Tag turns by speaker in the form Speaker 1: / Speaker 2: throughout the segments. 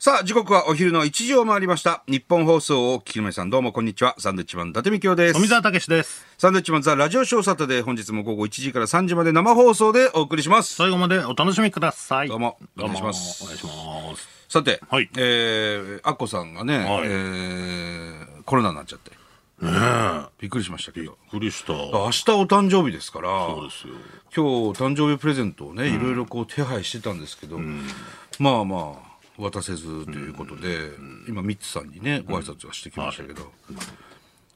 Speaker 1: さあ、時刻はお昼の1時を回りました。日本放送をお聞きの皆さん、どうもこんにちは。サンドウィッチマン、伊達美京です。
Speaker 2: 富澤たけしです。
Speaker 1: サンドウィッチマン、ザ・ラジオショーサタデー、本日も午後1時から3時まで生放送でお送りします。
Speaker 2: 最後までお楽しみください。
Speaker 1: どうも
Speaker 2: どうも
Speaker 1: お願いします
Speaker 2: お願いします。
Speaker 1: さて、
Speaker 2: はい
Speaker 1: えー、アッコさんがね、
Speaker 2: はい
Speaker 1: えー、コロナになっちゃって、
Speaker 2: ね
Speaker 1: びっくりしましたけど。
Speaker 2: え、クリスタそ
Speaker 1: 明日お誕生日ですから、
Speaker 2: うですよ。
Speaker 1: 今日誕生日プレゼントをね、いろいろこう手配してたんですけど、まあまあ渡せずということで、今ミッツさんにねご挨拶はしてきましたけど、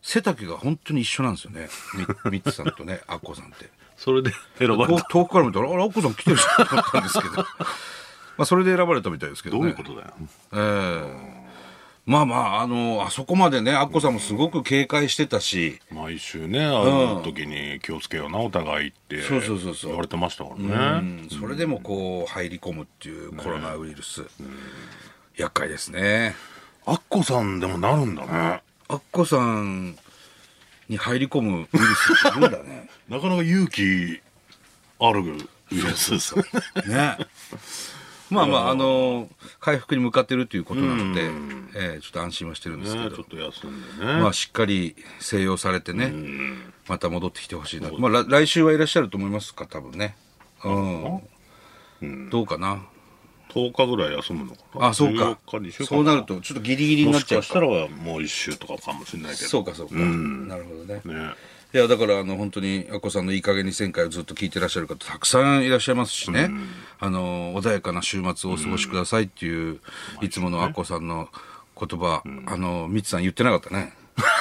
Speaker 1: 背丈が本当に一緒なんですよねミミッ ツさんとねアッコさんって
Speaker 2: それで選ばれ
Speaker 1: こ
Speaker 2: た。
Speaker 1: う遠くから見たらあれアッコさん来てるじゃんと思ったんですけ どまあそれで選ばれたみたいですけど
Speaker 2: ど
Speaker 1: ね
Speaker 2: ういうことだよ。
Speaker 1: ええまあまああのあそこまでねアッコさんもすごく警戒してたし、
Speaker 2: 毎週ね、あの時に気をつけような、お互いって。
Speaker 1: そうそうそうそう
Speaker 2: 言われてましたからね。
Speaker 1: うんそれでもこう入り込むっていうコロナウイルス、厄介ですね
Speaker 2: アッコさんでもなるんだね。
Speaker 1: アッコさんに入り込むウイルスっているんだ ね
Speaker 2: なかなか勇気あるウイルスですよね。
Speaker 1: ねまあまああの回復に向かってるということなので、えーちょっと安心はしてるんですけ
Speaker 2: ね
Speaker 1: ど、
Speaker 2: ちょっと休んで
Speaker 1: ま
Speaker 2: ね
Speaker 1: あ。しっかり静養されてね、また戻ってきてほしいな、まあ、ら来週はいらっしゃると思いますか多分ねうん、どうかな
Speaker 2: 10日ぐらい休むのかな。
Speaker 1: あそうか
Speaker 2: 14日に週間
Speaker 1: そうなるとちょっとギリギリに
Speaker 2: も
Speaker 1: なっ
Speaker 2: し
Speaker 1: ちゃう
Speaker 2: か
Speaker 1: か
Speaker 2: したらもう一週とかかもしれないけど。
Speaker 1: そうかそうか、なるほどね
Speaker 2: ね。
Speaker 1: いやだからあの本当にあこさんのいい加減に旋回をずっと聞いてらっしゃる方たくさんいらっしゃいますしね、あの穏やかな週末をお過ごしくださいっていう、いつものあこさんの言葉、あのミツさん言ってなかったね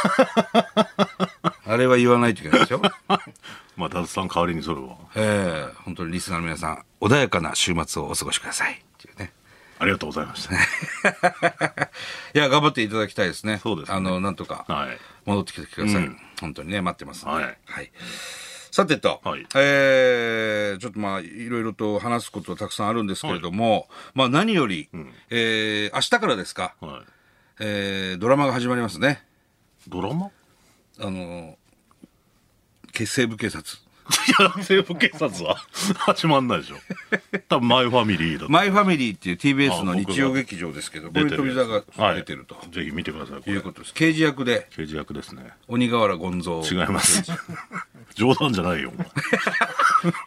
Speaker 1: あれは言わないといけないですよ
Speaker 2: まあ、ダズさん代わりにそれは。
Speaker 1: えー本当にリスナーの皆さん穏やかな週末をお過ごしくださいっていうね
Speaker 2: ありがとうございました。
Speaker 1: いや頑張っていただきたいですね
Speaker 2: そうですね
Speaker 1: あのなんとか、
Speaker 2: はい。
Speaker 1: 戻ってきてください。本当にね、待ってますんで、
Speaker 2: はい
Speaker 1: さてと、
Speaker 2: はい
Speaker 1: えーちょっとまあ、いろいろと話すことはたくさんあるんですけれども、まあ何より、えー明日からですか、
Speaker 2: はい。
Speaker 1: えードラマが始まりますね。
Speaker 2: ドラマ
Speaker 1: あのー、け西部警察。
Speaker 2: いや、西部警察 は始まんないでしょ。多分、マイファミリーだと。
Speaker 1: マイファミリーっていう TBS の
Speaker 2: あ僕が
Speaker 1: 日曜劇場ですけど、これ
Speaker 2: 出て
Speaker 1: 富
Speaker 2: る
Speaker 1: 澤が
Speaker 2: はい
Speaker 1: 出てると。い
Speaker 2: ぜひ見てください。こ
Speaker 1: う
Speaker 2: れ
Speaker 1: ことです刑事役で
Speaker 2: 刑事役ですね。
Speaker 1: 鬼瓦権蔵
Speaker 2: 違 います。冗談じゃないよ。お前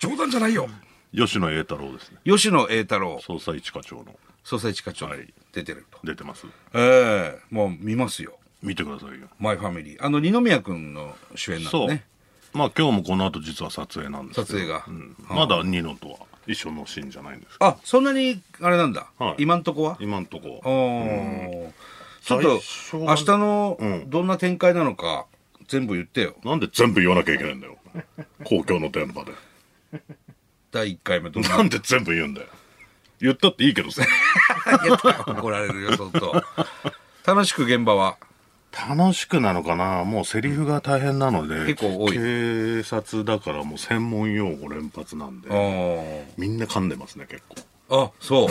Speaker 1: 冗談じゃないよ
Speaker 2: 吉野栄太郎ですね。
Speaker 1: 吉野栄太郎
Speaker 2: 捜査一課長の
Speaker 1: 捜査一課長
Speaker 2: はい
Speaker 1: 出てると、
Speaker 2: 出てます。
Speaker 1: ええもう見ますよ
Speaker 2: 見てくださいよ。
Speaker 1: マイファミリー。あの、二宮君の主演なん
Speaker 2: そ
Speaker 1: で
Speaker 2: う。
Speaker 1: ね。
Speaker 2: まあ今日もこの後実は撮影なんですけど
Speaker 1: 撮影が
Speaker 2: うんまだニノとは一緒のシーンじゃないんですけ
Speaker 1: あ、そんなに、あれなんだ。
Speaker 2: はい
Speaker 1: 今んとこは
Speaker 2: ど今んとこ
Speaker 1: あーちょっと、
Speaker 2: 最
Speaker 1: 明
Speaker 2: 初は
Speaker 1: 日のどんな展開なのか、全部言ってよ。
Speaker 2: なんで全部言わなきゃいけないんだよ。公共の電波で。
Speaker 1: 第1回目どんな
Speaker 2: なんで全部言うんだよ。言ったっていいけどさ。
Speaker 1: やったら怒られるよ、相当。楽しく現場は。
Speaker 2: 楽しくなのかなもうセリフが大変なので。
Speaker 1: 結構多い
Speaker 2: 警察だからもう専門用語連発なんで
Speaker 1: あ。ー
Speaker 2: みんな噛んでますね、結構。
Speaker 1: あ、そう。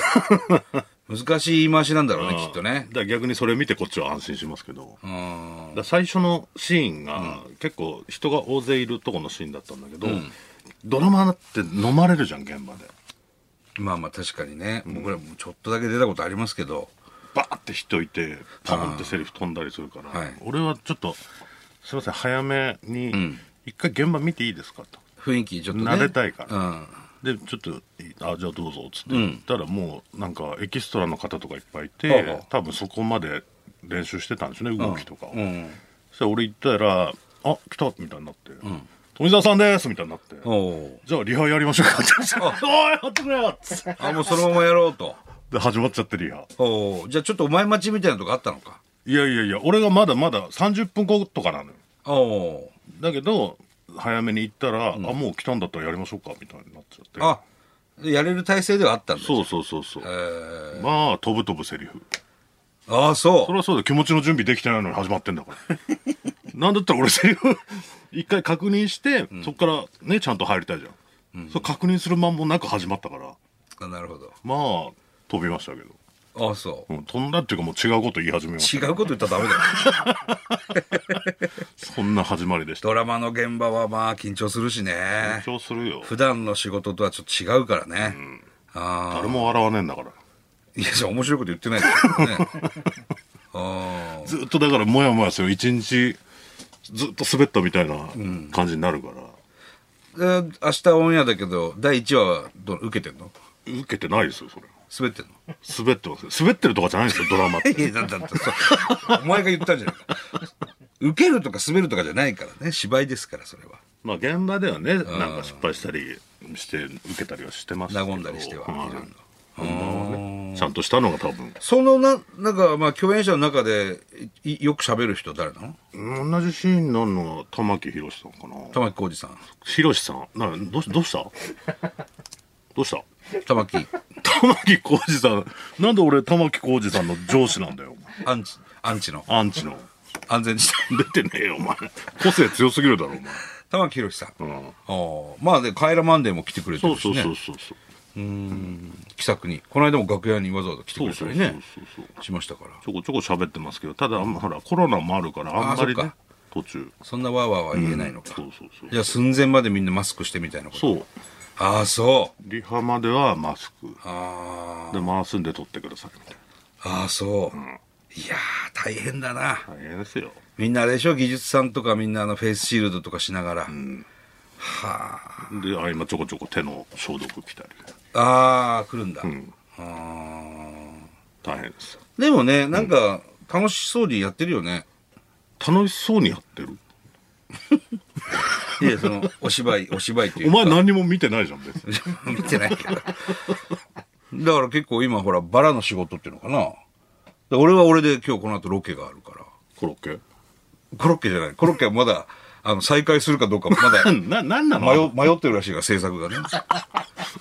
Speaker 1: 難しい言い回しなんだろうね、きっとね
Speaker 2: だ。から逆にそれ見てこっちは安心しますけど。
Speaker 1: うーん
Speaker 2: だから最初のシーンが、結構人が大勢いるとこのシーンだったんだけど、ドラマって飲まれるじゃん、現場で。
Speaker 1: まあまあ確かにね、僕らもちょっとだけ出たことありますけど、
Speaker 2: バーって人いてパーンってセリフ飛んだりするから、
Speaker 1: はい
Speaker 2: 俺はちょっとすいません早めに一回現場見ていいですかと、
Speaker 1: 雰囲気ちょっとね。
Speaker 2: 慣れたいから
Speaker 1: うん。
Speaker 2: でちょっと「あじゃあどうぞ」っつって言ったらもうなんかエキストラの方とかいっぱいいて、
Speaker 1: ほうほう
Speaker 2: 多分そこまで練習してたんですね動きとかを、
Speaker 1: うん。
Speaker 2: そしたら俺行ったら「あ来た」みたいになって「富澤さんです」みたいになって、
Speaker 1: おー
Speaker 2: じゃあリハやりましょうか」って言って「おい待ってくれよ」っつって
Speaker 1: あ、もうそのままやろうと。
Speaker 2: で始まっちゃってリハ
Speaker 1: おおじゃあちょっとお前待ちみたいなとこあったのか。
Speaker 2: いやいやいや俺がまだまだ30分後とかなのよ
Speaker 1: おお
Speaker 2: だけど早めに行ったら、あもう来たんだったらやりましょうかみたいになっちゃって
Speaker 1: あ、やれる体制ではあったんだ。
Speaker 2: そうそうそうそう、
Speaker 1: えー、
Speaker 2: まあ飛ぶ飛ぶセリフ
Speaker 1: ああ、
Speaker 2: そ
Speaker 1: そ
Speaker 2: れはそうだ気持ちの準備できてないのに始まってんだから なんだったら俺セリフ一回確認して、そっからねちゃんと入りたいじゃん、それ確認する間もなく始まったから
Speaker 1: う。あなるほど。
Speaker 2: まあ飛びましたけど、
Speaker 1: ああ、そう。
Speaker 2: うん、飛んだっていうかもう違うこと言い始めまし
Speaker 1: 違うこと言ったらダメだよ。
Speaker 2: たそんな始まりでした
Speaker 1: ドラマの現場はまあ緊張するしね。
Speaker 2: 緊張するよ
Speaker 1: 普段の仕事とはちょっと違うからね。ああ、
Speaker 2: 誰も笑わねえんだから
Speaker 1: いや、じゃあ面白いこと言ってないですよね。 ああ。
Speaker 2: ずっとだからもやもやする一日ずっと滑ったみたいな感じになるから、
Speaker 1: えー明日オンエアだけど、第1話はどう受けてんの
Speaker 2: 受けてないですよそれ
Speaker 1: 滑ってんの
Speaker 2: 滑ってますよ滑ってるとかじゃないんですよドラマって
Speaker 1: いや、だだだそうお前が言ったんじゃないか。受けるとか滑るとかじゃないからね。芝居ですから、それは。
Speaker 2: まあ現場ではねなんか失敗したりして受けたりはしてますけど
Speaker 1: 和んだりしては。
Speaker 2: はい
Speaker 1: いるんだ
Speaker 2: 本番はねちゃんとしたのが多分
Speaker 1: そのな、なんか、まあ、共演者の中で、いよく喋る人誰なの
Speaker 2: 同じシーンになるのは玉木宏さんかな
Speaker 1: 玉木浩二さん。
Speaker 2: 宏さんなんどうしどうしたどうした
Speaker 1: 玉木、
Speaker 2: 玉木浩二さんなんで俺玉木浩二さんの上司なんだよ
Speaker 1: アンチ、アンチの、
Speaker 2: アンチの
Speaker 1: 安全地帯。
Speaker 2: 出てねえよお前個性強すぎるだろお前
Speaker 1: 玉木宏さん。あ
Speaker 2: ん
Speaker 1: あまあで、カエラマンデーも来てくれて
Speaker 2: そう
Speaker 1: るし
Speaker 2: そう
Speaker 1: ね。
Speaker 2: そうそうそう
Speaker 1: 気さくに。この間も楽屋にわざわざ来てく
Speaker 2: そう
Speaker 1: れた
Speaker 2: そう
Speaker 1: り
Speaker 2: そう
Speaker 1: ね。
Speaker 2: そうそう
Speaker 1: しましたから。
Speaker 2: ちょこちょこ喋ってますけどただあんまほらコロナもあるからあん
Speaker 1: あそ
Speaker 2: まり
Speaker 1: っ
Speaker 2: ね
Speaker 1: か
Speaker 2: 途中
Speaker 1: そんなわーわーは言えないのか。
Speaker 2: そうそうそう
Speaker 1: じゃあ寸前までみんなマスクしてみたいなこと。
Speaker 2: そう
Speaker 1: ああ、そう。
Speaker 2: リハまではマスク
Speaker 1: あ
Speaker 2: で回すんで撮ってくださいみたい
Speaker 1: あ、ああ、そう。いやー、大変だな。
Speaker 2: な大変ですよ
Speaker 1: みんなあれでしょ技術さんとかみんなあのフェイスシールドとかしながら。
Speaker 2: で合間ちょこちょこ手の消毒来たり
Speaker 1: ああ、来るんだ。あ
Speaker 2: 大変です
Speaker 1: ーでもね、なんか楽しそうにやってるよね。
Speaker 2: 楽しそうにやってる
Speaker 1: い や、その、お芝居、お芝居ってい
Speaker 2: お
Speaker 1: うか。
Speaker 2: 前何も見てないじゃん別 に
Speaker 1: 見てないけど。だから結構今ほら、バラの仕事っていうのかな。で俺は俺で今日この後ロケがあるから。
Speaker 2: コロッケ
Speaker 1: コロッケじゃない。コロッケはまだ、あの、再開するかどうかま だ
Speaker 2: な、なんなの
Speaker 1: 迷迷ってるらしいから、制作がね。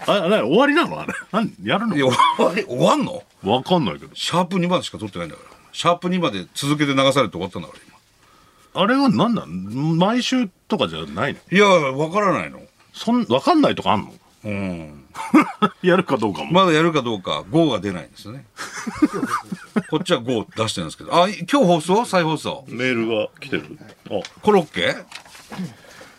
Speaker 2: あ、な、終わりなのあれ。何やる
Speaker 1: いや
Speaker 2: の
Speaker 1: 終わり終わんの
Speaker 2: わかんないけど。
Speaker 1: シャープ2までしか撮ってないんだから。シャープ2まで続けて流されて終わったんだから、
Speaker 2: あれは何なん毎週とかじゃない
Speaker 1: 今。
Speaker 2: の
Speaker 1: いや、わからないの。
Speaker 2: そん、わかんないとかあんの
Speaker 1: うん。
Speaker 2: やるかどうかも。
Speaker 1: まだやるかどうか、5が出ないんですよね。 こっちは5出してるんですけど。あ、今日放送再放送。
Speaker 2: メールが来てる。あ、
Speaker 1: コロッケありが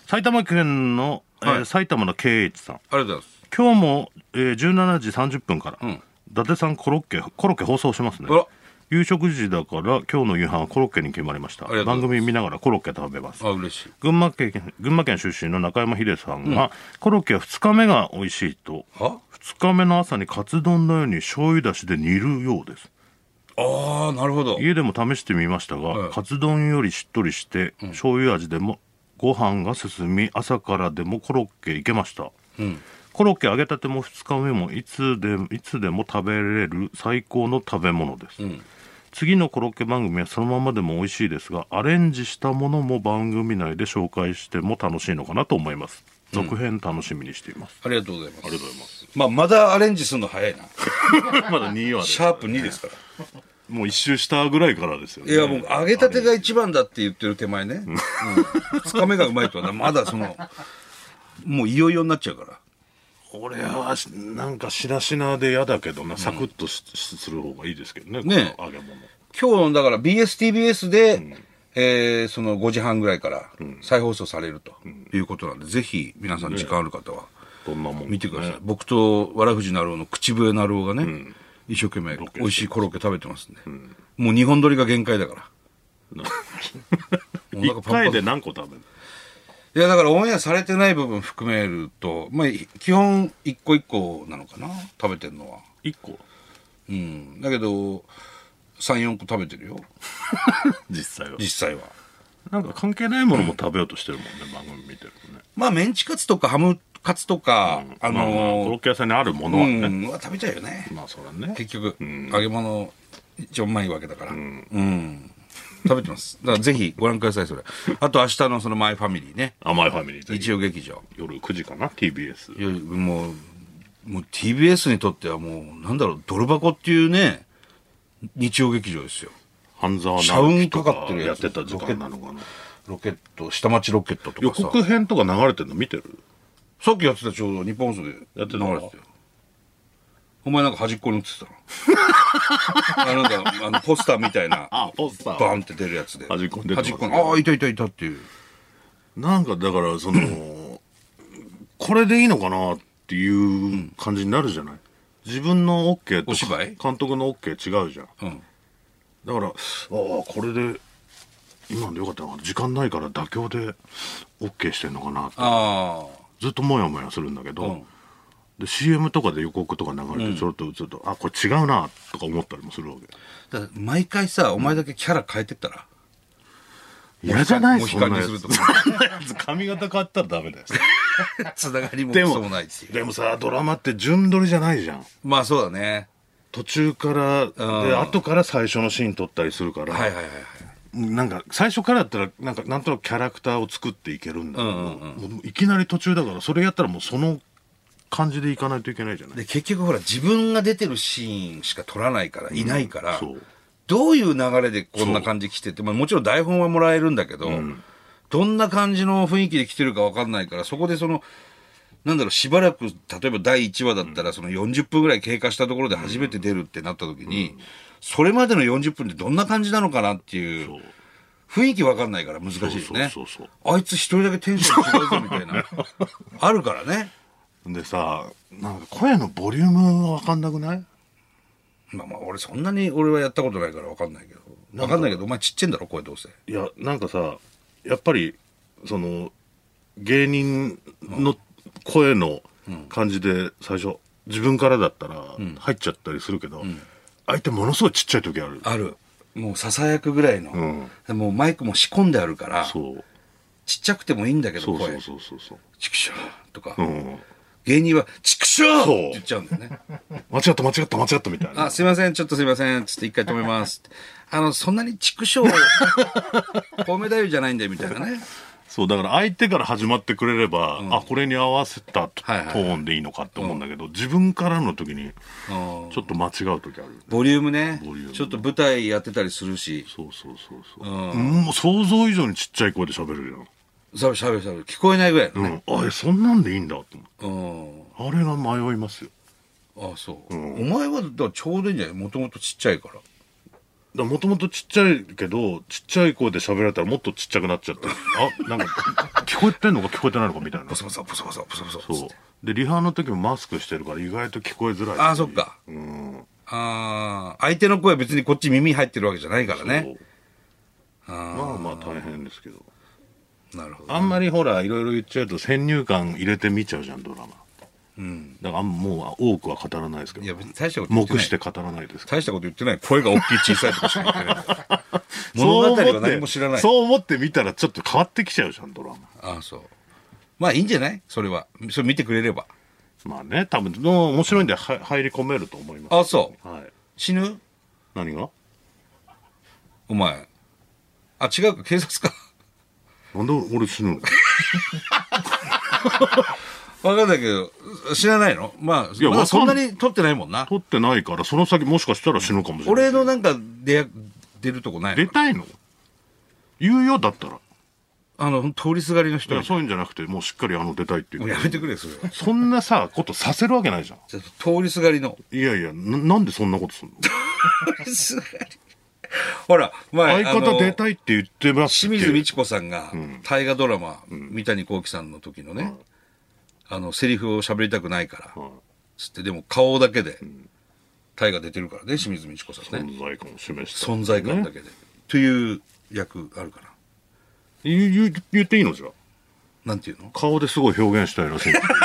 Speaker 2: 埼玉県の、えー
Speaker 1: はい
Speaker 2: 埼玉の圭一さん。
Speaker 1: とうございます。
Speaker 2: 今日も、えー、17時30分から、
Speaker 1: ん
Speaker 2: 伊達さんコロッケ、コロッケ放送しますね
Speaker 1: あら。
Speaker 2: 夕食時だから今日の夕飯はコロッケに決まりました
Speaker 1: りがとうございま
Speaker 2: 番
Speaker 1: す
Speaker 2: 組見ながらコロッケ食べます
Speaker 1: あ、嬉しい。
Speaker 2: 群馬県群馬県出身の中山秀さんが、コロッケは2日目が美味しいと
Speaker 1: は
Speaker 2: 2日目の朝にカツ丼のように醤油だしで煮るようです
Speaker 1: ああ、なるほど。
Speaker 2: 家でも試してみましたが、
Speaker 1: はい
Speaker 2: カツ丼よりしっとりして、醤油味でもご飯が進み朝からでもコロッケいけました、コロッケ揚げたても2日目もいつでいつでも食べれる最高の食べ物です、次のコロッケ番組はそのままでも美味しいですがアレンジしたものも番組内で紹介しても楽しいのかなと思います続編楽しみにしています、
Speaker 1: ありがとうございます。
Speaker 2: ありがとうござ います
Speaker 1: まあ、まだアレンジするの早いな。
Speaker 2: まだ2話
Speaker 1: シ ャープ2ですから。
Speaker 2: もう一周したぐらいからですよね
Speaker 1: いや、もう、揚げたてが一番だって言ってる手前ね。うん。二日目がうまいとはな、まだその、もういよいよになっちゃうから。
Speaker 2: 俺はしなんかしなしなで嫌だけどな、サクッとししする方がいいですけどね
Speaker 1: ね
Speaker 2: この揚げ物
Speaker 1: 今日、だから BSTBS で、えーその5時半ぐらいから再放送されるということなんで、ぜひ皆さん時間ある方は
Speaker 2: どんなもん
Speaker 1: 見てください。
Speaker 2: ね
Speaker 1: 僕と、わらふじなるおの口笛なるおがね、一生懸命美味しいコロッケ食べてますんで。もう日本撮りが限界だから。 お腹パン
Speaker 2: 一
Speaker 1: パン
Speaker 2: 回で何個食べる
Speaker 1: いや、だからオンエアされてない部分含めると、まあ、基本一個一個なのかな食べてるのは。
Speaker 2: 一個
Speaker 1: うん。だけど、3、4個食べてるよ。
Speaker 2: 実際は
Speaker 1: 実際は。
Speaker 2: なんか関係ないものも食べようとしてるもんね、番組見てるとね
Speaker 1: まあ、メンチカツとかハムカツとか、あ
Speaker 2: まあまあコロッ
Speaker 1: の
Speaker 2: ケ屋さんにあるも
Speaker 1: ー、
Speaker 2: のは
Speaker 1: う
Speaker 2: ね、
Speaker 1: ん、は食べちゃうよね。
Speaker 2: まあそれはね
Speaker 1: 結局、揚げ物、一応うまいわけだから。うん。食べてます。だからぜひご覧ください、それ。あと明日のそのマイファミリーね。
Speaker 2: 甘いファミリーぜひ
Speaker 1: 日曜劇場。
Speaker 2: 夜9時かな TBS
Speaker 1: いやもう、もう TBS にとってはもう、なんだろう、ドル箱っていうね、日曜劇場ですよ。
Speaker 2: 半沢
Speaker 1: 社運
Speaker 2: 直樹
Speaker 1: か
Speaker 2: と
Speaker 1: かっ
Speaker 2: か
Speaker 1: てる
Speaker 2: や
Speaker 1: や
Speaker 2: っ
Speaker 1: つ
Speaker 2: てた時間なのかな
Speaker 1: ロケット、下町ロケットと
Speaker 2: 予
Speaker 1: かさ。
Speaker 2: 告編とか流れてるの見てる
Speaker 1: さっきやってたちょうど日本放送で
Speaker 2: やってた
Speaker 1: 流れてたよ。お前なんか端っこに映って たの。あなんか、あの、ポスターみたいな、
Speaker 2: あポスター
Speaker 1: バーンって出るやつで。
Speaker 2: 端っこに出てます
Speaker 1: 端っこに。ああ、いたいたいたっていう。
Speaker 2: なんかだからそのこれでいいのかなっていう感じになるじゃない、自分の OK と
Speaker 1: お芝居
Speaker 2: 監督の OK 違うじゃん
Speaker 1: うん
Speaker 2: だからああこれで今のでよかったのかな時間ないから妥協で OK してんのかなって
Speaker 1: あ
Speaker 2: ずっとモヤモヤするんだけど、
Speaker 1: うん
Speaker 2: で CM とかで予告とか流れてちょろっと映ると、あこれ違うなとか思ったりもするわけ
Speaker 1: あだから毎回さお前だけキャラ変えてったら、
Speaker 2: 嫌じゃない
Speaker 1: もう
Speaker 2: そ
Speaker 1: 悲
Speaker 2: んな
Speaker 1: 観
Speaker 2: や
Speaker 1: に
Speaker 2: つ
Speaker 1: するとか
Speaker 2: そんなやつ髪型変わったらダメだよ
Speaker 1: つながりも
Speaker 2: で
Speaker 1: そう
Speaker 2: も
Speaker 1: もないっていう
Speaker 2: でもさドラマって順撮りじゃないじゃん
Speaker 1: まあそうだね
Speaker 2: 途中からで後から最初のシーン撮ったりするから、
Speaker 1: はいはいはいはい
Speaker 2: なんか最初からだったらなんかなんとなくキャラクターを作っていけるんだけど、
Speaker 1: うん
Speaker 2: もういきなり途中だからそれやったらもうその感じでいかないといけないじゃない
Speaker 1: で結局ほら自分が出てるシーンしか撮らないからいないから、
Speaker 2: そう
Speaker 1: どういう流れでこんな感じ来てて、まあ、もちろん台本はもらえるんだけど、どんな感じの雰囲気で来てるかわかんないからそこでそのなんだろうしばらく例えば第1話だったらその40分ぐらい経過したところで初めて出るってなった時に、それまでの40分ってどんな感じなのかなっていう
Speaker 2: そう
Speaker 1: 雰囲気わかんないから難しいですね
Speaker 2: そうそうそう
Speaker 1: あいつ一人だけテンション違うぞみたい なあるからね
Speaker 2: でさなんか声のボリュームが分かんなくない
Speaker 1: まあまあ俺そんなに俺はやったことないからわかんないけどわかんないけどお前ちっちゃいんだろ声どうせ
Speaker 2: いやなんかさやっぱりその芸人の声の感じで最初自分からだったら入っちゃったりするけど、相手ものすごいちっちゃい時ある
Speaker 1: あるもうささやくぐらいの、
Speaker 2: ん
Speaker 1: でもうマイクも仕込んであるから
Speaker 2: そう
Speaker 1: ちっちゃくてもいいんだけど
Speaker 2: そう
Speaker 1: 声
Speaker 2: そうそうそうそう
Speaker 1: チクショーとか、
Speaker 2: うん
Speaker 1: 芸人はチクショーっ
Speaker 2: そう
Speaker 1: て言っちゃうんだよ ね
Speaker 2: 間違った間違った間違ったみたいな
Speaker 1: あすいませんちょっとすいませんつって一回止めます ってあのそんなにチクショーコウメ太夫じゃないんだよみたいな ね
Speaker 2: そうだから相手から始まってくれれば、あこれに合わせたト,、
Speaker 1: はいはいはい
Speaker 2: トーンでいいのかって思うんだけど、自分からの時に
Speaker 1: うん
Speaker 2: ちょっと間違う時ある
Speaker 1: ボリュームね
Speaker 2: ボリューム
Speaker 1: ちょっと舞台やってたりするし
Speaker 2: そうそうそうそう、もう想像以上にちっちゃい声で喋るよ
Speaker 1: しゃべしゃべしゃべ聞こえないぐらいの
Speaker 2: う
Speaker 1: ね
Speaker 2: ん、あえそんなんでいいんだと思って
Speaker 1: うん
Speaker 2: あれが迷いますよ
Speaker 1: あそう、お前はだからちょうどいいんじゃないもともとちっちゃいから
Speaker 2: だもともとちっちゃいけどちっちゃい声で喋られたらもっとちっちゃくなっち ゃってあなんか聞こえてんのか聞こえてないのかみたいな
Speaker 1: ボソボソボソボソボソボソつ
Speaker 2: そ
Speaker 1: っ
Speaker 2: う
Speaker 1: て
Speaker 2: でリハの時もマスクしてるから意外と聞こえづらいし
Speaker 1: ああそっか
Speaker 2: うん
Speaker 1: ああ相手の声は別にこっち耳入ってるわけじゃないからね
Speaker 2: そうまあまあ大変ですけど
Speaker 1: なるほど
Speaker 2: あんまりほらいろいろ言っちゃうと先入観入れて見ちゃうじゃんドラマ
Speaker 1: うん
Speaker 2: だからあんもう多くは語らないですけ
Speaker 1: いや
Speaker 2: ど
Speaker 1: 別に大したこと言ってな
Speaker 2: 黙
Speaker 1: い
Speaker 2: して語らないですけど
Speaker 1: 大したこと言ってない声が大きい小さいとかしか言ってない
Speaker 2: そう
Speaker 1: 物
Speaker 2: 思っ
Speaker 1: 語
Speaker 2: て
Speaker 1: は何も知らない
Speaker 2: そう思って見たらちょっと変わってきちゃうじゃんドラマ
Speaker 1: ああそうまあいいんじゃないそれはそれ見てくれれば
Speaker 2: まあね多分もう面白いんでは入り込めると思います
Speaker 1: ああそう
Speaker 2: はい
Speaker 1: 死ぬ
Speaker 2: 何が
Speaker 1: お前あ違うか警察か
Speaker 2: なんで俺死ぬの
Speaker 1: わかんないけど知らないのまあ
Speaker 2: や
Speaker 1: まだ
Speaker 2: わかん
Speaker 1: そんなに撮ってないもんな
Speaker 2: 撮ってないからその先もしかしたら死ぬかもしれない
Speaker 1: 俺のなんか出出るとこない
Speaker 2: 出
Speaker 1: の
Speaker 2: たいの言うよだったら
Speaker 1: あの通りすがりの
Speaker 2: い
Speaker 1: 人
Speaker 2: や
Speaker 1: に
Speaker 2: そういうんじゃなくてもうしっかりあの出たいってい
Speaker 1: も
Speaker 2: う
Speaker 1: うやめてくれよそれは
Speaker 2: そんなさことさせるわけないじゃん
Speaker 1: ちょっと通りすがりの
Speaker 2: いやいやななんでそんなことすんの
Speaker 1: ほら、前、
Speaker 2: 相方
Speaker 1: あの
Speaker 2: 出たいって言ってます
Speaker 1: 清
Speaker 2: って
Speaker 1: 水美智子さんが、大河ドラマ、三谷幸喜さんの時のね、あの、セリフを喋りたくないから、
Speaker 2: はい
Speaker 1: つって、でも顔だけで、大河出てるからね、清水美智子さんね。
Speaker 2: 存在感を示して
Speaker 1: 存在感だけで。という役あるか
Speaker 2: 言う言う言っていいのじゃあ
Speaker 1: な。なんていうの
Speaker 2: 顔ですごい表現したいらしいんですけど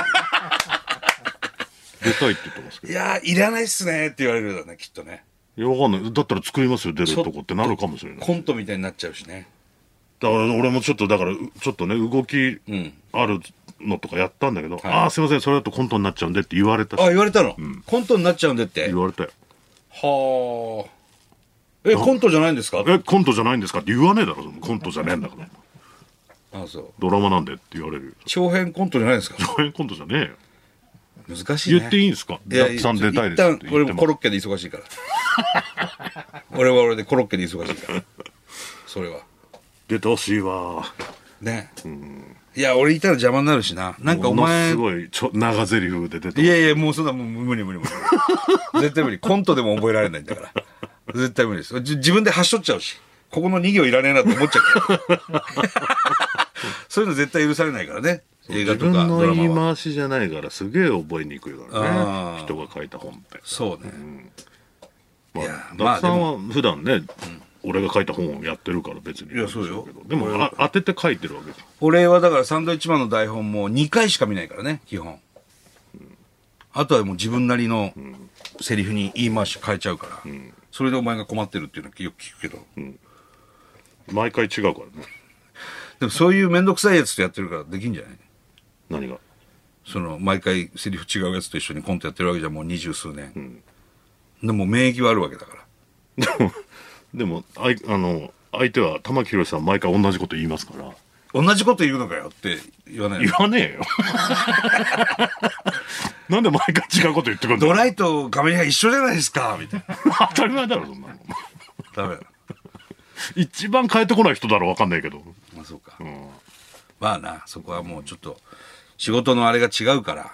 Speaker 2: 出たいって言ってますけ
Speaker 1: いやー、いらないっすねって言われるだね、きっとね。
Speaker 2: どいやわかんないだったら作りますよ出るとこってなるかもしれないだか
Speaker 1: コントみたいになっちゃうしね。
Speaker 2: ら俺もちょっとだからうちょっとね動き
Speaker 1: ん
Speaker 2: あるのとかやったんだけど、ああすいませんそれだとコントになっちゃうんでって言われたし
Speaker 1: あ、言われたの、コントになっちゃうんでって。
Speaker 2: 言
Speaker 1: は
Speaker 2: われたよ
Speaker 1: あ。え、コントじゃないんですか
Speaker 2: えコントじゃないんですかって言わねえだろそのコントじゃねえんだから
Speaker 1: あ、そう。
Speaker 2: ドラマなんでって言われるよ
Speaker 1: 長編コントじゃないですか
Speaker 2: 上演コントじゃねえよ
Speaker 1: 難しいね
Speaker 2: 言っていいんですか
Speaker 1: いや
Speaker 2: ダッツさん出たいで
Speaker 1: 一
Speaker 2: すっ
Speaker 1: 旦
Speaker 2: て言
Speaker 1: 俺
Speaker 2: って
Speaker 1: も
Speaker 2: ま
Speaker 1: コ
Speaker 2: す
Speaker 1: ロッケで忙しいから 俺は俺でコロッケで忙しいからそれは
Speaker 2: 出てほしいわ
Speaker 1: ねいや俺いたら邪魔になるしななんかお前
Speaker 2: ものすごいちょ長ゼリフで出て
Speaker 1: いやいやもうそんなもう無理無理無理 絶対無理コントでも覚えられないんだから絶対無理ですじ自分で端折っちゃうしここの2行いらねえなと思っちゃうからそういうの絶対許されないからね映
Speaker 2: 自
Speaker 1: 画と
Speaker 2: 分
Speaker 1: か
Speaker 2: の
Speaker 1: ドラ
Speaker 2: 言い
Speaker 1: マは
Speaker 2: 回しじゃないからすげえ覚えにくいから
Speaker 1: あー
Speaker 2: ね人が書いた本って
Speaker 1: そうね、
Speaker 2: ま
Speaker 1: いや
Speaker 2: あ、
Speaker 1: ま
Speaker 2: ダ
Speaker 1: あ
Speaker 2: クさんは普段ね、俺が書いた本をやってるから別に
Speaker 1: いやそうよ
Speaker 2: けどでもあ当てて書いてるわけじゃん
Speaker 1: 俺はだからサンドイッチマンの台本も2回しか見ないからね基本、あとはもう自分なりのセリフに言い回し変えちゃうから、それでお前が困ってるっていうのはよく聞くけど、
Speaker 2: 毎回違うからね
Speaker 1: でもそういう面倒くさいやつとやってるからできんじゃない
Speaker 2: 何が
Speaker 1: その毎回セリフ違うやつと一緒にコントやってるわけじゃんもう二十数年、でもう免疫はあるわけだから
Speaker 2: でもあいあの相手は玉木宏さん毎回同じこと言いますから
Speaker 1: 同じこと言うのかよって言わない
Speaker 2: 言
Speaker 1: の
Speaker 2: わねえよなんで毎回違うこと言ってくるんだ
Speaker 1: ドライとカメリハ一緒じゃないですかみ たいな
Speaker 2: 当たり前だろそんなの
Speaker 1: ダメだ
Speaker 2: 一番変えてこない人だろ分かんないけど
Speaker 1: まあそうか、
Speaker 2: ん
Speaker 1: まあなそこはもうちょっと仕事のあれが違うから、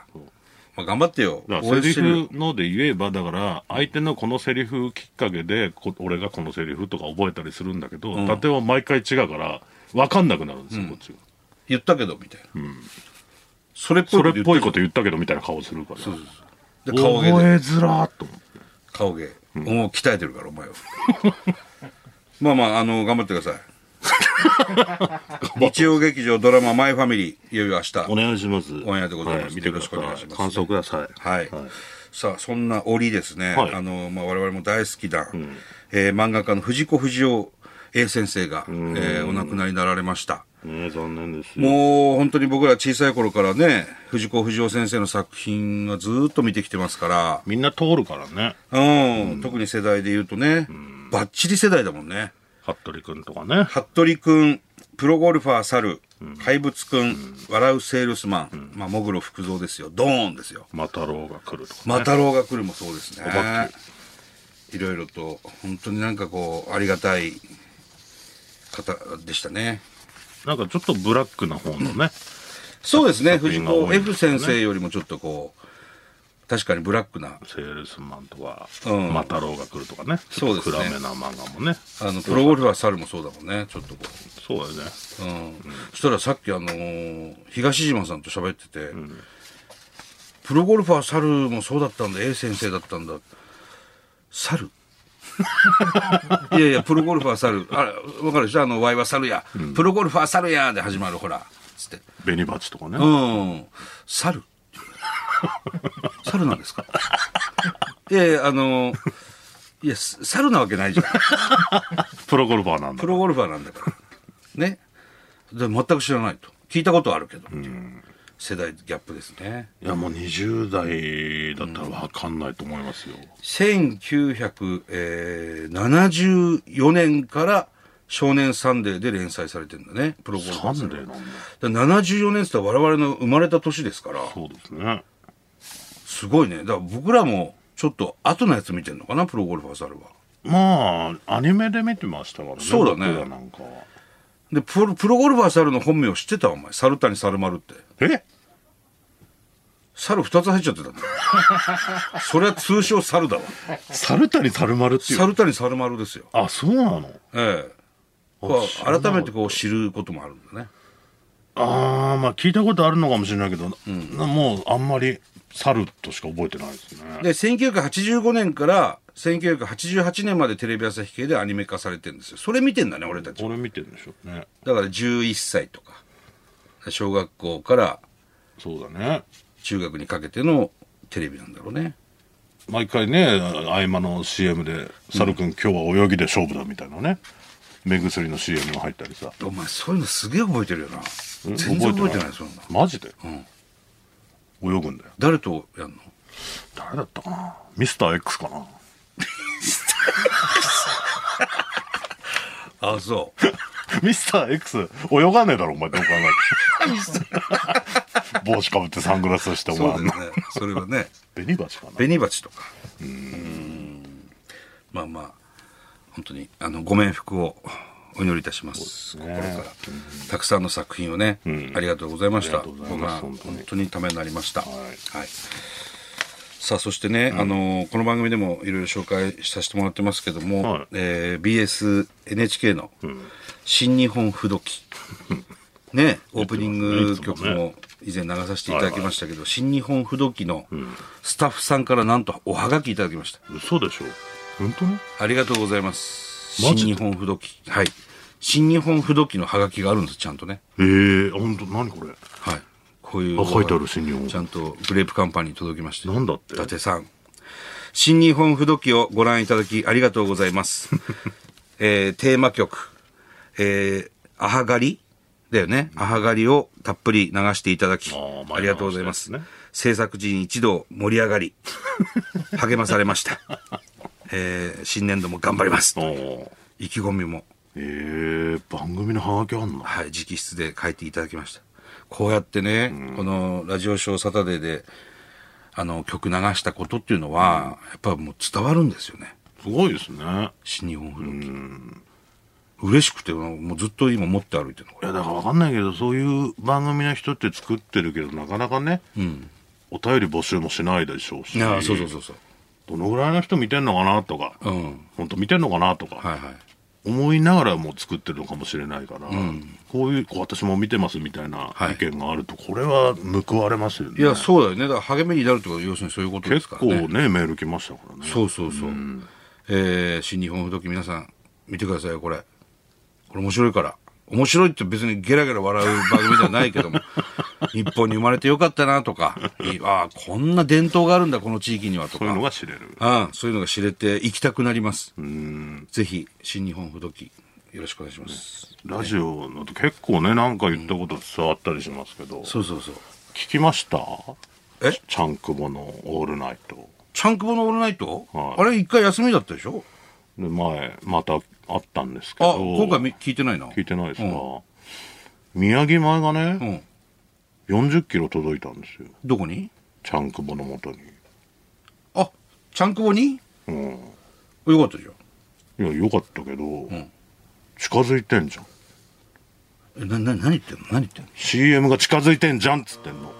Speaker 1: まあ、頑張ってよ
Speaker 2: だか
Speaker 1: 応
Speaker 2: ら
Speaker 1: 援
Speaker 2: セリ
Speaker 1: してるよ
Speaker 2: フので言えばだから相手のこのセリフきっかけでこ俺がこのセリフとか覚えたりするんだけど、伊達は毎回違うから分かんなくなるんですよ、こっちが
Speaker 1: 言ったけどみたいな、それっぽい
Speaker 2: そ
Speaker 1: こと
Speaker 2: れ
Speaker 1: 言った
Speaker 2: っぽ
Speaker 1: け
Speaker 2: い
Speaker 1: ど
Speaker 2: こと言ったけどみたいな顔するから
Speaker 1: で顔
Speaker 2: 覚え
Speaker 1: 芸で
Speaker 2: づらーっと思って
Speaker 1: 顔芸、もう鍛えてるからお前は まあまああの頑張ってくだ さい日曜劇場ドラマ「マイファミリー」いよいよ明日
Speaker 2: お願いします
Speaker 1: オンエアでございます
Speaker 2: 見てください
Speaker 1: よろしくお願いします
Speaker 2: 感想ください
Speaker 1: はい、さあそんな折ですね、
Speaker 2: はい
Speaker 1: あのまあ、我々も大好きな、えー漫画家の藤子不二雄 A 先生が、えーお亡くなりになられました
Speaker 2: ね残念ですよ
Speaker 1: もう本当に僕ら小さい頃からね藤子不二雄先生の作品はずーっと見てきてますから
Speaker 2: みんな通るからね
Speaker 1: うん、特に世代で言うとね、バッチリ世代だもんね
Speaker 2: 服部君とかね
Speaker 1: 服部君プロゴルファー猿、怪物君、笑うセールスマン、まあ、もぐろ福蔵ですよドーンですよ
Speaker 2: マタロウが来るとか、
Speaker 1: マタロウが来るもそうですね
Speaker 2: お化
Speaker 1: いろいろと本当になんかこうありがたい方でしたね
Speaker 2: なんかちょっとブラックな方のね、
Speaker 1: そうですね
Speaker 2: 作
Speaker 1: 藤
Speaker 2: 品が多い
Speaker 1: 子
Speaker 2: ですね
Speaker 1: F 先生よりもちょっとこう確かにブラックな
Speaker 2: セールスマンとか、
Speaker 1: うん
Speaker 2: マタロウが来るとかねち
Speaker 1: そ
Speaker 2: ょ
Speaker 1: う
Speaker 2: っ
Speaker 1: で
Speaker 2: と
Speaker 1: すね
Speaker 2: 暗めな漫画もね
Speaker 1: あのプロゴルファー猿もそうだもんねちょっとこう
Speaker 2: そうだよね
Speaker 1: うんそしたらさっきあのー東島さんと喋ってて、プロゴルファー猿もそうだったんだ A 先生だったんだ猿いやいやプロゴルファー猿あわかるでしょあの「ワイは猿や、プロゴルファー猿や」で始まるほらつって
Speaker 2: ベニバチとかね、
Speaker 1: 「うん猿猿なんですか?」 いやいやあのーいやす猿なわけないじゃん
Speaker 2: プロゴルファーなんだ
Speaker 1: プロゴルファーなんだから。ね。で全く知らないと。聞いたことはあるけどっていう、世代ギャップですね。
Speaker 2: いやもう20代だったら分かんないと思いますよ、
Speaker 1: 1974年から少年サンデーで連載されてるんだね。プロゴルファ
Speaker 2: サ
Speaker 1: ー
Speaker 2: ン
Speaker 1: さん
Speaker 2: デーなんだ
Speaker 1: だから74年って言ったら我々の生まれた年ですから、
Speaker 2: そうですね
Speaker 1: すごいね。だから僕らもちょっと後のやつ見てるのかな、プロゴルファー猿は。
Speaker 2: まあアニメで見てましたからね
Speaker 1: そうだね
Speaker 2: 僕らなんかは
Speaker 1: で、プロプロゴルファー猿の本名知ってたお前。猿谷猿丸って。
Speaker 2: え
Speaker 1: 猿二つ入っちゃってたんだよ。それは通称猿だわ。
Speaker 2: 猿谷猿丸っていう
Speaker 1: 猿谷猿丸ですよ。
Speaker 2: あそうなの
Speaker 1: ええ。こう改めてこう知ることもあるんだね。
Speaker 2: ああまあ聞いたことあるのかもしれないけど、なもうあんまり猿としか覚えてないですね
Speaker 1: で、1985年から1988年までテレビ朝日系でアニメ化されてるんですよ。それ見てんだね、俺たち。
Speaker 2: これ見てるんでしょうね
Speaker 1: だから11歳とか、小学校から
Speaker 2: そうだね
Speaker 1: 中学にかけてのテレビなんだろうね。
Speaker 2: 毎回ね合間の CM で「猿くん今日は泳ぎで勝負だ」みたいなね目薬の CM が入ったりさ
Speaker 1: お前、そういうのすげえ覚えてるよな。全然覚えてない、そんな。
Speaker 2: マジで、泳ぐんだよ
Speaker 1: 誰とやんの
Speaker 2: 誰だったかなミスター X かな
Speaker 1: あ、そ
Speaker 2: ミスター X 泳がねえだろお前どう考 えて帽子かぶってサングラスして
Speaker 1: う。
Speaker 2: お
Speaker 1: そう
Speaker 2: 前
Speaker 1: だ
Speaker 2: あ
Speaker 1: よ
Speaker 2: ん
Speaker 1: ね
Speaker 2: な。
Speaker 1: それはね。
Speaker 2: 紅鉢かな
Speaker 1: 紅鉢とかうんまあまあ本当にあのご冥福をお祈りいたします
Speaker 2: そうですね
Speaker 1: 心からたくさんの作品をね、ありがとうございました
Speaker 2: ありがとうございます
Speaker 1: 僕は
Speaker 2: 本当に
Speaker 1: 本当にためになりました、はい
Speaker 2: い
Speaker 1: さあそしてね、あのーこの番組でもいろいろ紹介させてもらってますけども、
Speaker 2: はい
Speaker 1: えー BSNHK の「新日本不動記」ねオープニング曲も以前流させていただきましたけど、新日本不動機のスタッフさんからなんとおはがきいただきました。
Speaker 2: 嘘でしょ本当に
Speaker 1: ありがとうございます。
Speaker 2: マ
Speaker 1: 新
Speaker 2: ジで
Speaker 1: 日本不動機。はい。新日本不動機のハガキがあるんです、ちゃんとね。
Speaker 2: ええ本当何これ
Speaker 1: はい。こういう。
Speaker 2: あ書いてある新日本
Speaker 1: ちゃんとグレープカンパニーに届きまして。
Speaker 2: なんだって
Speaker 1: 伊達さん。新日本不動機をご覧いただきありがとうござい ます。えー、テーマ曲、えー、アハガリだよね。アハガリをたっぷり流していただき、
Speaker 2: あー
Speaker 1: ありがとうございます。
Speaker 2: 前の話ですね
Speaker 1: 制作陣一同盛り上が り、励まされました。えー、新年度も頑張ります
Speaker 2: あ。ー
Speaker 1: 意気込みも、
Speaker 2: ええ番組のハガキあんの
Speaker 1: はい、直筆で書いていただきました。こうやってね、このラジオショーサタデーで、あの、曲流したことっていうのは、やっぱもう伝わるんですよね。
Speaker 2: すごいですね
Speaker 1: 新日本風土記。嬉しくて、もうずっと今持って歩いてるの、こ
Speaker 2: い
Speaker 1: れ。
Speaker 2: やだから分かんないけどそういう番組の人って作ってるけどなかなかね、お便り募集もしないでしょうし
Speaker 1: ああ、そうそうそうそう。
Speaker 2: どのぐらいの人見てんのかなとか、
Speaker 1: うん。
Speaker 2: 本当見てんのかなとか、
Speaker 1: はいはい。
Speaker 2: 思いながらも作ってるのかもしれないから、こういうこう私も見てますみたいな
Speaker 1: はい
Speaker 2: 意見があると、これは報われますよね
Speaker 1: いや、そうだよね。だから励みになるってことは、要するにそういうことです
Speaker 2: 結
Speaker 1: から
Speaker 2: 構
Speaker 1: ね。
Speaker 2: ねメール来ましたからね
Speaker 1: そうそうそう。えー新日本風土記皆さん、見てくださいよ、これ。これ面白いから。面白いって別にゲラゲラ笑う番組ではないけど も、日本に生まれてよかったなとか、いああ、こんな伝統があるんだ、この地域にはと
Speaker 2: そういうの
Speaker 1: か。
Speaker 2: が知れる
Speaker 1: ああそういうのが知れて行きたくなります。ぜひ、新日本風土記、よろしくお願いします。
Speaker 2: ラジオのと結構ねなんか言ったこと伝わったりしますけど、聞
Speaker 1: そうそうそう。
Speaker 2: きました
Speaker 1: え
Speaker 2: ちゃんくぼの「オールナイト」
Speaker 1: チャンクボのオールナイト、
Speaker 2: はい
Speaker 1: あれ一回休みだったでしょ
Speaker 2: で前またあったんですけど
Speaker 1: あ、今回み聞いてないな。
Speaker 2: 聞いてないですか、
Speaker 1: う
Speaker 2: 宮城前が
Speaker 1: う
Speaker 2: ね、
Speaker 1: ん。
Speaker 2: 40キロ届いたんですよ
Speaker 1: どこに
Speaker 2: ちゃんくぼのもとに
Speaker 1: あ、チャンクボに
Speaker 2: うん
Speaker 1: よかったじゃん。
Speaker 2: いやよかったけど、
Speaker 1: ん
Speaker 2: 近づいてんじゃん
Speaker 1: えな、な、何言ってんの何言ってんの
Speaker 2: CM が近づいてんじゃんっつってんの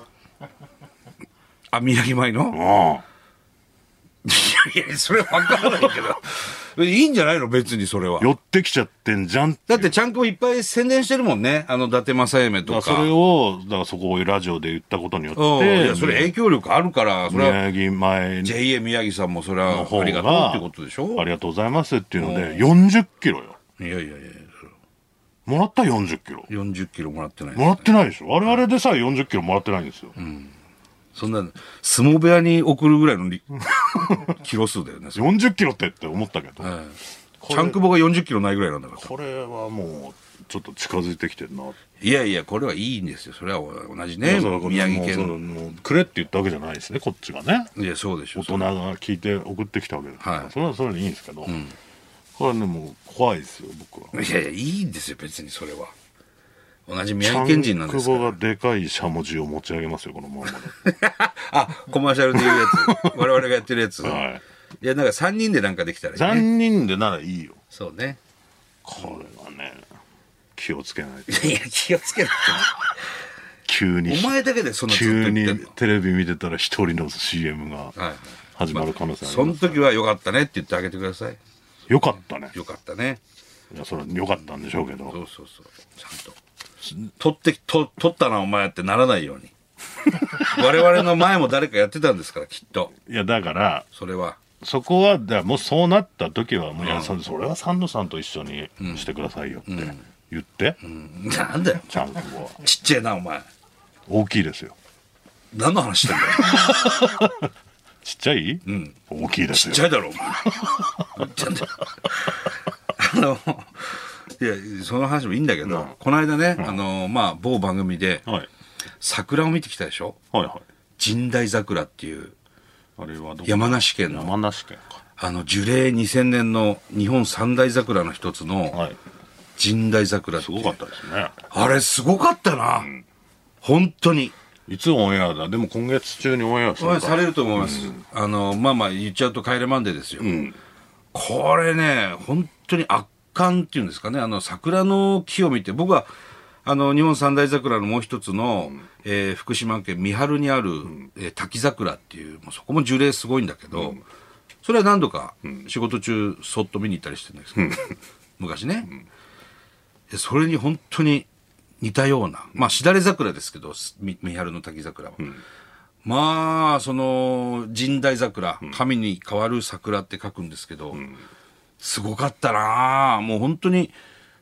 Speaker 1: あ、宮城米の
Speaker 2: ああ
Speaker 1: いやいや、それわからないけ ど。いいんじゃないの別にそれは。
Speaker 2: 寄ってきちゃってんじゃんって
Speaker 1: だってちゃんこいっぱい宣伝してるもんね。あの、伊達政夢と
Speaker 2: だ
Speaker 1: か。
Speaker 2: からそれをだからそこをラジオで言ったことによっ
Speaker 1: うんい
Speaker 2: て
Speaker 1: やそれ影響力あるから、それは
Speaker 2: 宮城前
Speaker 1: JA 宮城さんもそれは
Speaker 2: の方が
Speaker 1: ありがとうってことでしょ
Speaker 2: ありがとうございますっていうので40キロよ
Speaker 1: いやいやいや、
Speaker 2: もらった40キロ
Speaker 1: 40キロもらってない。
Speaker 2: もらってないでしょ我々でさえ40キロもらってないんですよ、
Speaker 1: そんな、相撲部屋に送るぐらいの りキロ数だよね。それ
Speaker 2: 40キロってって思ったけど、
Speaker 1: はいちゃんこぼが40キロないぐらいなんだから。
Speaker 2: これはもうちょっと近づいてきてるない
Speaker 1: やいや、これはいいんですよ。それは同じね
Speaker 2: いやその。
Speaker 1: 宮城
Speaker 2: もうそ
Speaker 1: 県
Speaker 2: のもうくれって言ったわけじゃないですねこっちがね
Speaker 1: の。いや、そうでしょ
Speaker 2: 大。人が聞いて送ってきたわけですから、
Speaker 1: はい
Speaker 2: それはそれでいいんですけど、これはねもう怖いですよ僕はい
Speaker 1: やいや、いいんですよ、別にそれは。同じ宮城県人なんですか
Speaker 2: ちゃんくぼ
Speaker 1: ら。
Speaker 2: がでかいしゃもじを持ち上げますよこのままで
Speaker 1: あ、コマーシャルでいうや つ。我々がやってるやつ。
Speaker 2: はい
Speaker 1: い、や、なんか3人でなんかできたらいいね。
Speaker 2: 3人でならいいよ
Speaker 1: そうね。
Speaker 2: これはね気をつけないと
Speaker 1: いや、気をつけなく
Speaker 2: 急
Speaker 1: て。
Speaker 2: に
Speaker 1: お前だけでそんなずっと言
Speaker 2: 急
Speaker 1: って
Speaker 2: に
Speaker 1: んの。
Speaker 2: テレビ見てたら一人の CM が
Speaker 1: はいはい。
Speaker 2: 始まる可能性あり
Speaker 1: そ
Speaker 2: ま
Speaker 1: の
Speaker 2: す、
Speaker 1: 時は良かったねって言ってあげてください。
Speaker 2: よかったね
Speaker 1: 良かったね。
Speaker 2: いやそれはよかったんでしょうけど
Speaker 1: そうそうそう。ちゃんと。取ってき、と取ったな、お前ってならない ように。我々の前も誰かやってたんですから、きっと。
Speaker 2: いやだから
Speaker 1: それは。
Speaker 2: そこはだからもうそうなった時はもう、いやそそれはサンドさんと一緒にしてくださいよって言って、
Speaker 1: なんだよ。
Speaker 2: ちゃんとは
Speaker 1: ちっちゃいな、お前。
Speaker 2: 大きいですよ
Speaker 1: 何の話してんだよ。
Speaker 2: ちっちゃい、大きいです
Speaker 1: ちっ
Speaker 2: よ
Speaker 1: ちゃいだろ、お前。言ってんだよあの、いや、その話もいいんだけど、この間ね、あの、まあ、某番組で、
Speaker 2: はい、
Speaker 1: 桜を見てきたでしょ
Speaker 2: はいはい
Speaker 1: 神代桜っていう、
Speaker 2: あれはどこ
Speaker 1: 山梨県の、
Speaker 2: 山梨県か
Speaker 1: あの、樹齢2000年の日本三大桜の一つの、
Speaker 2: い
Speaker 1: 神代桜って
Speaker 2: す
Speaker 1: いう
Speaker 2: ごかったですね
Speaker 1: あれ、すごかったな。本当に。
Speaker 2: いつオンエアだでも今月中にオンエアするか
Speaker 1: されると思います。あの、まあまあ、言っちゃうと帰れマンデーですよ。
Speaker 2: うん
Speaker 1: これね、本当に圧巻っていうんですかね、あの桜の木を見て、僕はあの日本三大桜のもう一つの、えー福島県三春にある、えー滝桜っていう、もうそこも樹齢すごいんだけど、それは何度か仕事中、そ っと見に行ったりしてるんですけど、昔ね、でそれに本当に似たような、まあ、しだれ桜ですけど、み三春の滝桜は。まあ、その、神代桜、神に変わる桜って書くんですけど、すごかったなあもう本当に、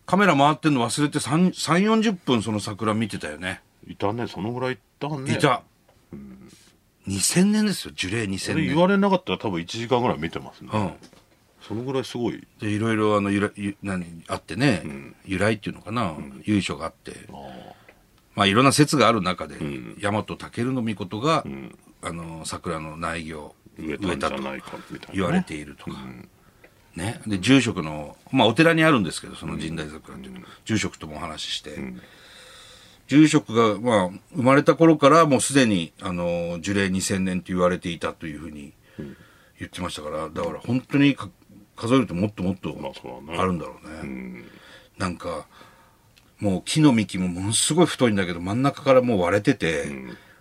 Speaker 1: カメラ回ってんの忘れて3、3 40分その桜見てたよね。
Speaker 2: いたねそのぐらいいたね
Speaker 1: いた。2000年ですよ、樹齢2000
Speaker 2: それ
Speaker 1: 年
Speaker 2: 言。われなかったら多分1時間ぐらい見てますね、
Speaker 1: うん
Speaker 2: そのぐらいすごい
Speaker 1: でいろいろあの由来ゆ何あってね、由来っていうのかな、由緒があってまあ、いろんな説がある中で、大和武の御事が、あの桜の苗木を植
Speaker 2: 植え
Speaker 1: えた
Speaker 2: たんじゃ
Speaker 1: と
Speaker 2: ないかみたいなね
Speaker 1: 言われているとか、ね、で住職の、まあ、お寺にあるんですけどその神代桜っていうの、住職ともお話しして、住職が、まあ、生まれた頃からもうすでにあの樹齢2000年と言われていたというふうに言ってましたからだから本当にか数えるともっともっと
Speaker 2: まあそうだね
Speaker 1: あるんだろうね、なんかもう木の幹もものすごい太いんだけど真ん中からもう割れてて、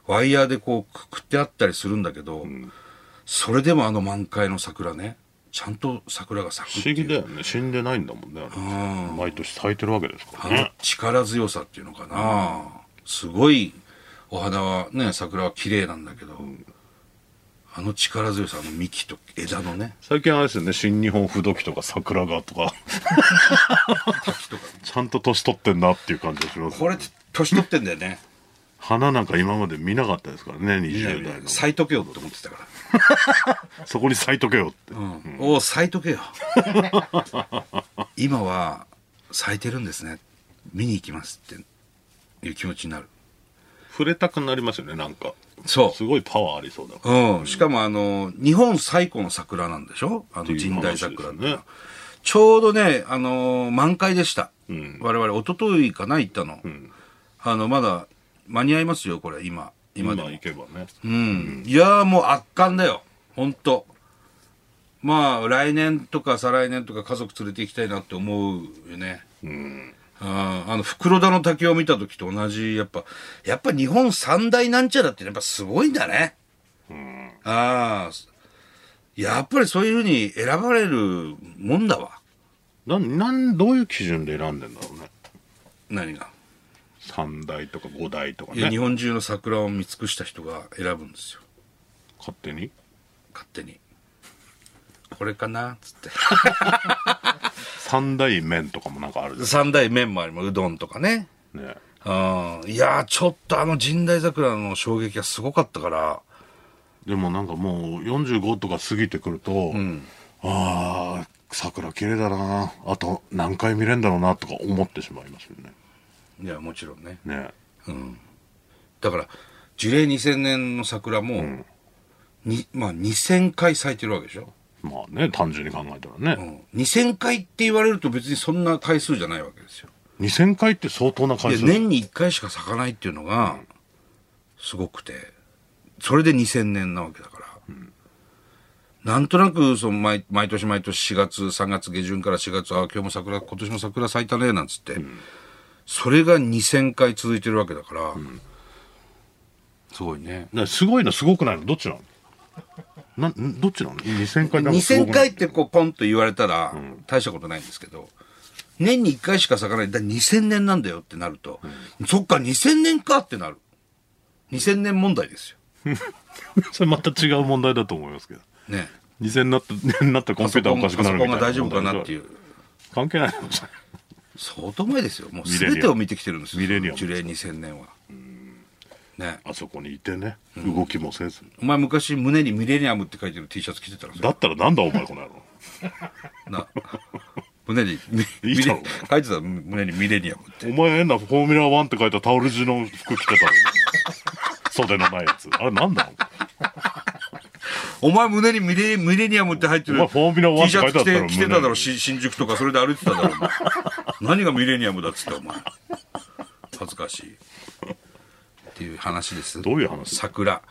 Speaker 1: ワイヤーでこうくくってあったりするんだけど、それでもあの満開の桜ねちゃんと桜が咲く
Speaker 2: 不
Speaker 1: ってい
Speaker 2: 思議
Speaker 1: う
Speaker 2: だよね死んでないんだもんねあれ毎年咲いてるわけですか
Speaker 1: あの
Speaker 2: らね
Speaker 1: 力強さっていうのかな、すごいお花はね桜は綺麗なんだけど、あの力強さあの幹と枝のね
Speaker 2: 最近あれですよね新日本不動機とか桜がとか ちゃんと年取ってんなっていう感じがします
Speaker 1: これ年取ってんだよね
Speaker 2: 花なんか今まで見なかったですからね20代の
Speaker 1: 咲いとけよって思ってたか
Speaker 2: そこに咲いとけよって、
Speaker 1: ら、うんおお咲いとけよ今は咲いてるんですね見に行きますっていう気持ちになる
Speaker 2: 触れたくなりますよねなんか
Speaker 1: そう
Speaker 2: すごいパワーありそうだから
Speaker 1: うん、しかもあの、日本最古の桜なんでしょあの、
Speaker 2: っていう
Speaker 1: 神
Speaker 2: 話
Speaker 1: 代桜っていうのは
Speaker 2: ですね
Speaker 1: ちょうどね、あのー満開でした。
Speaker 2: ん
Speaker 1: 我々、一昨日かな、行ったの。あの、まだ、間に合いますよ、これ、今。今で
Speaker 2: 今
Speaker 1: も
Speaker 2: 行。けばね
Speaker 1: うん。いやー、もう圧巻だよ。ほんと。まあ、来年とか再来年とか家族連れて行きたいなって思うよね。
Speaker 2: うん
Speaker 1: あーあの、袋田の滝を見た時と同じ、やっぱ、やっぱ日本三大なんちゃらってやっぱすごいんだね。ああ、やっぱりそういうふうに選ばれるもんだわ。
Speaker 2: なんなんどういう基準で選んでんだろうね
Speaker 1: 何が。
Speaker 2: 3代とか5代とか
Speaker 1: いや、日
Speaker 2: ね
Speaker 1: 本中の桜を見尽くした人が選ぶんですよ。
Speaker 2: 勝手に
Speaker 1: 勝手に。これかなつって。
Speaker 2: 3代麺とかもなんかあるじ
Speaker 1: 三大麺もあります。うどんとかね。
Speaker 2: ゃんね
Speaker 1: うん。いやー、ちょっとあの神代桜の衝撃がすごかったから。
Speaker 2: でもなんかもう45とか過ぎてくると、ああ桜綺麗だなあと何回見れんだろうなとか思ってしまいますよね
Speaker 1: いや、もちろんね。
Speaker 2: ね
Speaker 1: だから、樹齢2000年の桜も、にまあ、2000回咲いてるわけでしょ。
Speaker 2: まあね単純に考えたら
Speaker 1: う
Speaker 2: ね、
Speaker 1: ん。2000回って言われると別にそんな回数じゃないわけですよ。
Speaker 2: 2000回って相当な回
Speaker 1: で
Speaker 2: 数
Speaker 1: 年に1回しか咲かないっていうのがすごくてそれで2000年なわけだから、なんとなくその毎毎年毎年4月3月下旬から4月あ今日も桜今年も桜咲いたねなんつって、それが2000回続いてるわけだから、すごいね
Speaker 2: ねすごいのすごくないのどっちなのなんどっちなの2000回なんかすごく
Speaker 1: 2000
Speaker 2: な
Speaker 1: 回
Speaker 2: い
Speaker 1: ってこうポンと言われたら大したことないんですけど、年に1回しか咲かないだから2000年なんだよってなると、そっか2000年かってなる2000年問題ですよ
Speaker 2: それまた違う問題だと思いますけど
Speaker 1: ね
Speaker 2: 2000になった年になったらコ
Speaker 1: パ
Speaker 2: ンピ
Speaker 1: ソ
Speaker 2: ューター
Speaker 1: コ
Speaker 2: お
Speaker 1: ン
Speaker 2: かしくなるみたいな
Speaker 1: が大丈夫かなっていう
Speaker 2: 関係ないのじゃない
Speaker 1: 相当前ですよもう
Speaker 2: ミレニアム
Speaker 1: 全てを見てきてるんですよ
Speaker 2: ミレニアム
Speaker 1: 樹齢2000年はね
Speaker 2: あそこにいてね動きもせず、
Speaker 1: お前昔胸にミレニアムって書いてる T シャツ着てたら
Speaker 2: だったらなんだお前この野郎
Speaker 1: な胸にみ
Speaker 2: いいだろ
Speaker 1: ミレ書いてた胸にミレニアムって
Speaker 2: お前変なフォーミュラー1って書いたタオル地の服着てたのに袖のないやつあれなんだ
Speaker 1: お前胸にミレミレニアムって入ってる
Speaker 2: お前フォーミュラーワン
Speaker 1: T シャツ着
Speaker 2: って書いてあ
Speaker 1: て
Speaker 2: ったろ
Speaker 1: 着てただ
Speaker 2: 胸
Speaker 1: ろ
Speaker 2: に
Speaker 1: し新宿とかそれで歩いてただろお前何がミレニアムだっつってお前恥ずかしいっていう話です
Speaker 2: どういう話
Speaker 1: 桜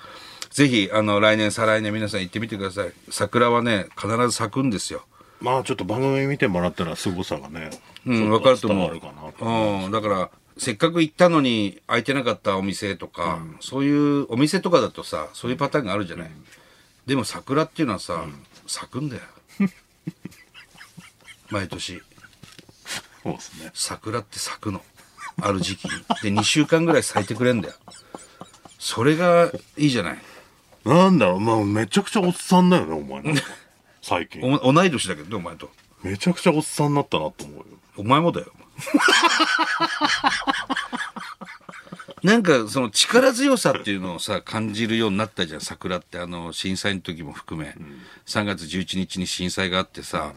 Speaker 1: ぜひあの来年再来年皆さん行ってみてください桜はね必ず咲くんですよ
Speaker 2: まあちょっと番組見てもらったら凄さがね
Speaker 1: うん、わかると思う。
Speaker 2: 伝わるかなと
Speaker 1: うん、だから、せっかく行ったのに空いてなかったお店とか、そういうお店とかだとさ、そういうパターンがあるじゃない。でも桜っていうのはさ、咲くんだよ。 毎年、
Speaker 2: そうですね
Speaker 1: 桜って咲くの。ある時期で2週間ぐらい咲いてくれんだよそれがいいじゃない
Speaker 2: なんだろう、まあ、めちゃくちゃおっさんだよね、お前なんか。最
Speaker 1: お
Speaker 2: 近。
Speaker 1: 前同い年だけどねお前と
Speaker 2: めちゃくちゃおっさんになったなと思うよ。
Speaker 1: お前もだよ お前なんかその力強さっていうのをさ感じるようになったじゃん桜ってあの震災の時も含め、3月11日に震災があってさ、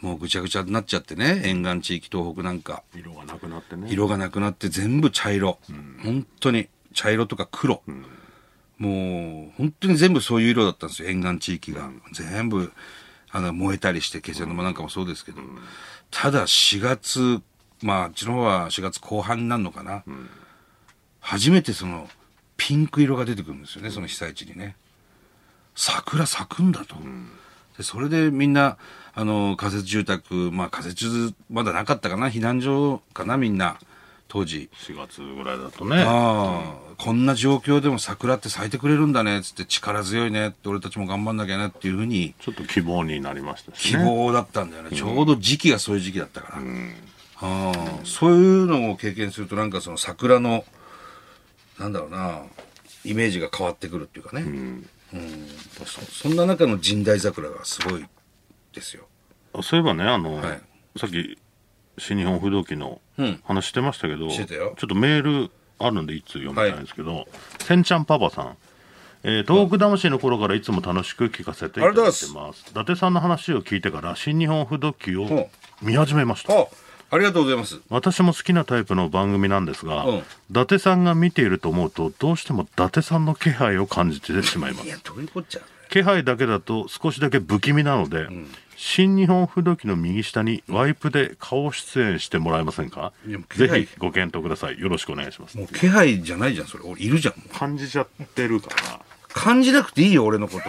Speaker 1: もうぐちゃぐちゃになっちゃってね沿岸地域東北なんか、
Speaker 2: 色がなくなってね。
Speaker 1: 色がなくなって全部茶色、本当に茶色とか黒、もう本当に全部そういう色だったんですよ沿岸地域が、全部あの燃えたりして気仙沼なんかもそうですけど、ただ4月まああっちの方は4月後半になるのかな、初めてそのピンク色が出てくるんですよねその被災地にね桜咲くんだと。でそれでみんな、あの、仮設住宅、まあ仮設、まだなかったかな、避難所かな、みんな、当時。
Speaker 2: 4月ぐらいだとね。
Speaker 1: ああ、こんな状況でも桜って咲いてくれるんだね、つって力強いねって、俺たちも頑張んなきゃねっていうふうに、
Speaker 2: ちょっと希望になりましたし
Speaker 1: 希
Speaker 2: ね。
Speaker 1: 望だったんだよね、ちょうど時期がそういう時期だったから。ああそういうのを経験すると、なんかその桜の、なんだろうな、イメージが変わってくるっていうかね。うん。そそんな中の神代桜がすごいですよ。
Speaker 2: そういえばね、あの、
Speaker 1: はい
Speaker 2: さっき、新日本不動機の
Speaker 1: うん
Speaker 2: 話してましたけど、
Speaker 1: してたよ
Speaker 2: ちょっとメールあるんで、いつ読みたいんですけど、せんちゃんパパさん。えー、東北魂の頃からいつも楽しく聞かせていただいてます。伊達さんの話を聞いてから、新日本不動機を見始めました。
Speaker 1: あ、ありがとうございます。
Speaker 2: 私も好きなタイプの番組なんですが、
Speaker 1: うん
Speaker 2: 伊達さんが見ていると思うとどうしても伊達さんの気配を感じてしまいま
Speaker 1: い
Speaker 2: す
Speaker 1: や、どういうこっちゃ。
Speaker 2: 気配だけだと少しだけ不気味なので、新日本不動機の右下にワイプで顔出演してもらえませんか
Speaker 1: いやもう気
Speaker 2: ぜ
Speaker 1: 配
Speaker 2: ひご検討くださいよろしくお願いします
Speaker 1: もう気配じゃないじゃん、それ。俺、いるじゃん。もう
Speaker 2: 感じちゃってるから
Speaker 1: 感じなくていいよ、俺の こ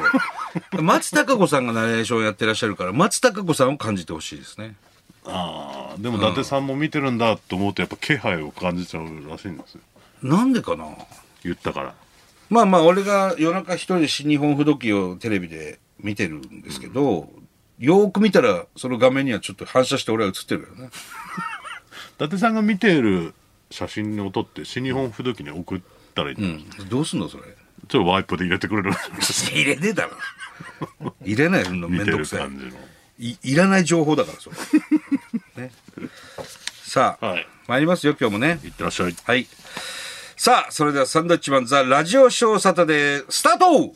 Speaker 1: と。松たか子さんがナレーションやってらっしゃるから、松たか子さんを感じてほしいですね。
Speaker 2: ああでも伊達さんも見てるんだと思うとやっぱ気配を感じちゃうらしいんですよ
Speaker 1: なんでかな
Speaker 2: 言ったから
Speaker 1: まあまあ、俺が夜中一人で新日本不動機をテレビで見てるんですけど、よーく見たら、その画面にはちょっと反射して俺は映ってるよね。
Speaker 2: 伊達さんが見ている写真を撮って新日本不動機に送ったらいいんじゃないですか
Speaker 1: うん。どうすんの、それ。
Speaker 2: ちょっとワイプで入れてくれる
Speaker 1: 入れねえだろ。入れないのめ
Speaker 2: 見
Speaker 1: ん
Speaker 2: て
Speaker 1: ど
Speaker 2: る
Speaker 1: くさい
Speaker 2: 感。じの。
Speaker 1: いいらない情報だからそれ、ね、さあ、
Speaker 2: はい
Speaker 1: 参りますよ今日もね
Speaker 2: いってらっしゃい。
Speaker 1: はいさあそれではサンドウィッチマンザラジオショーサタデースタート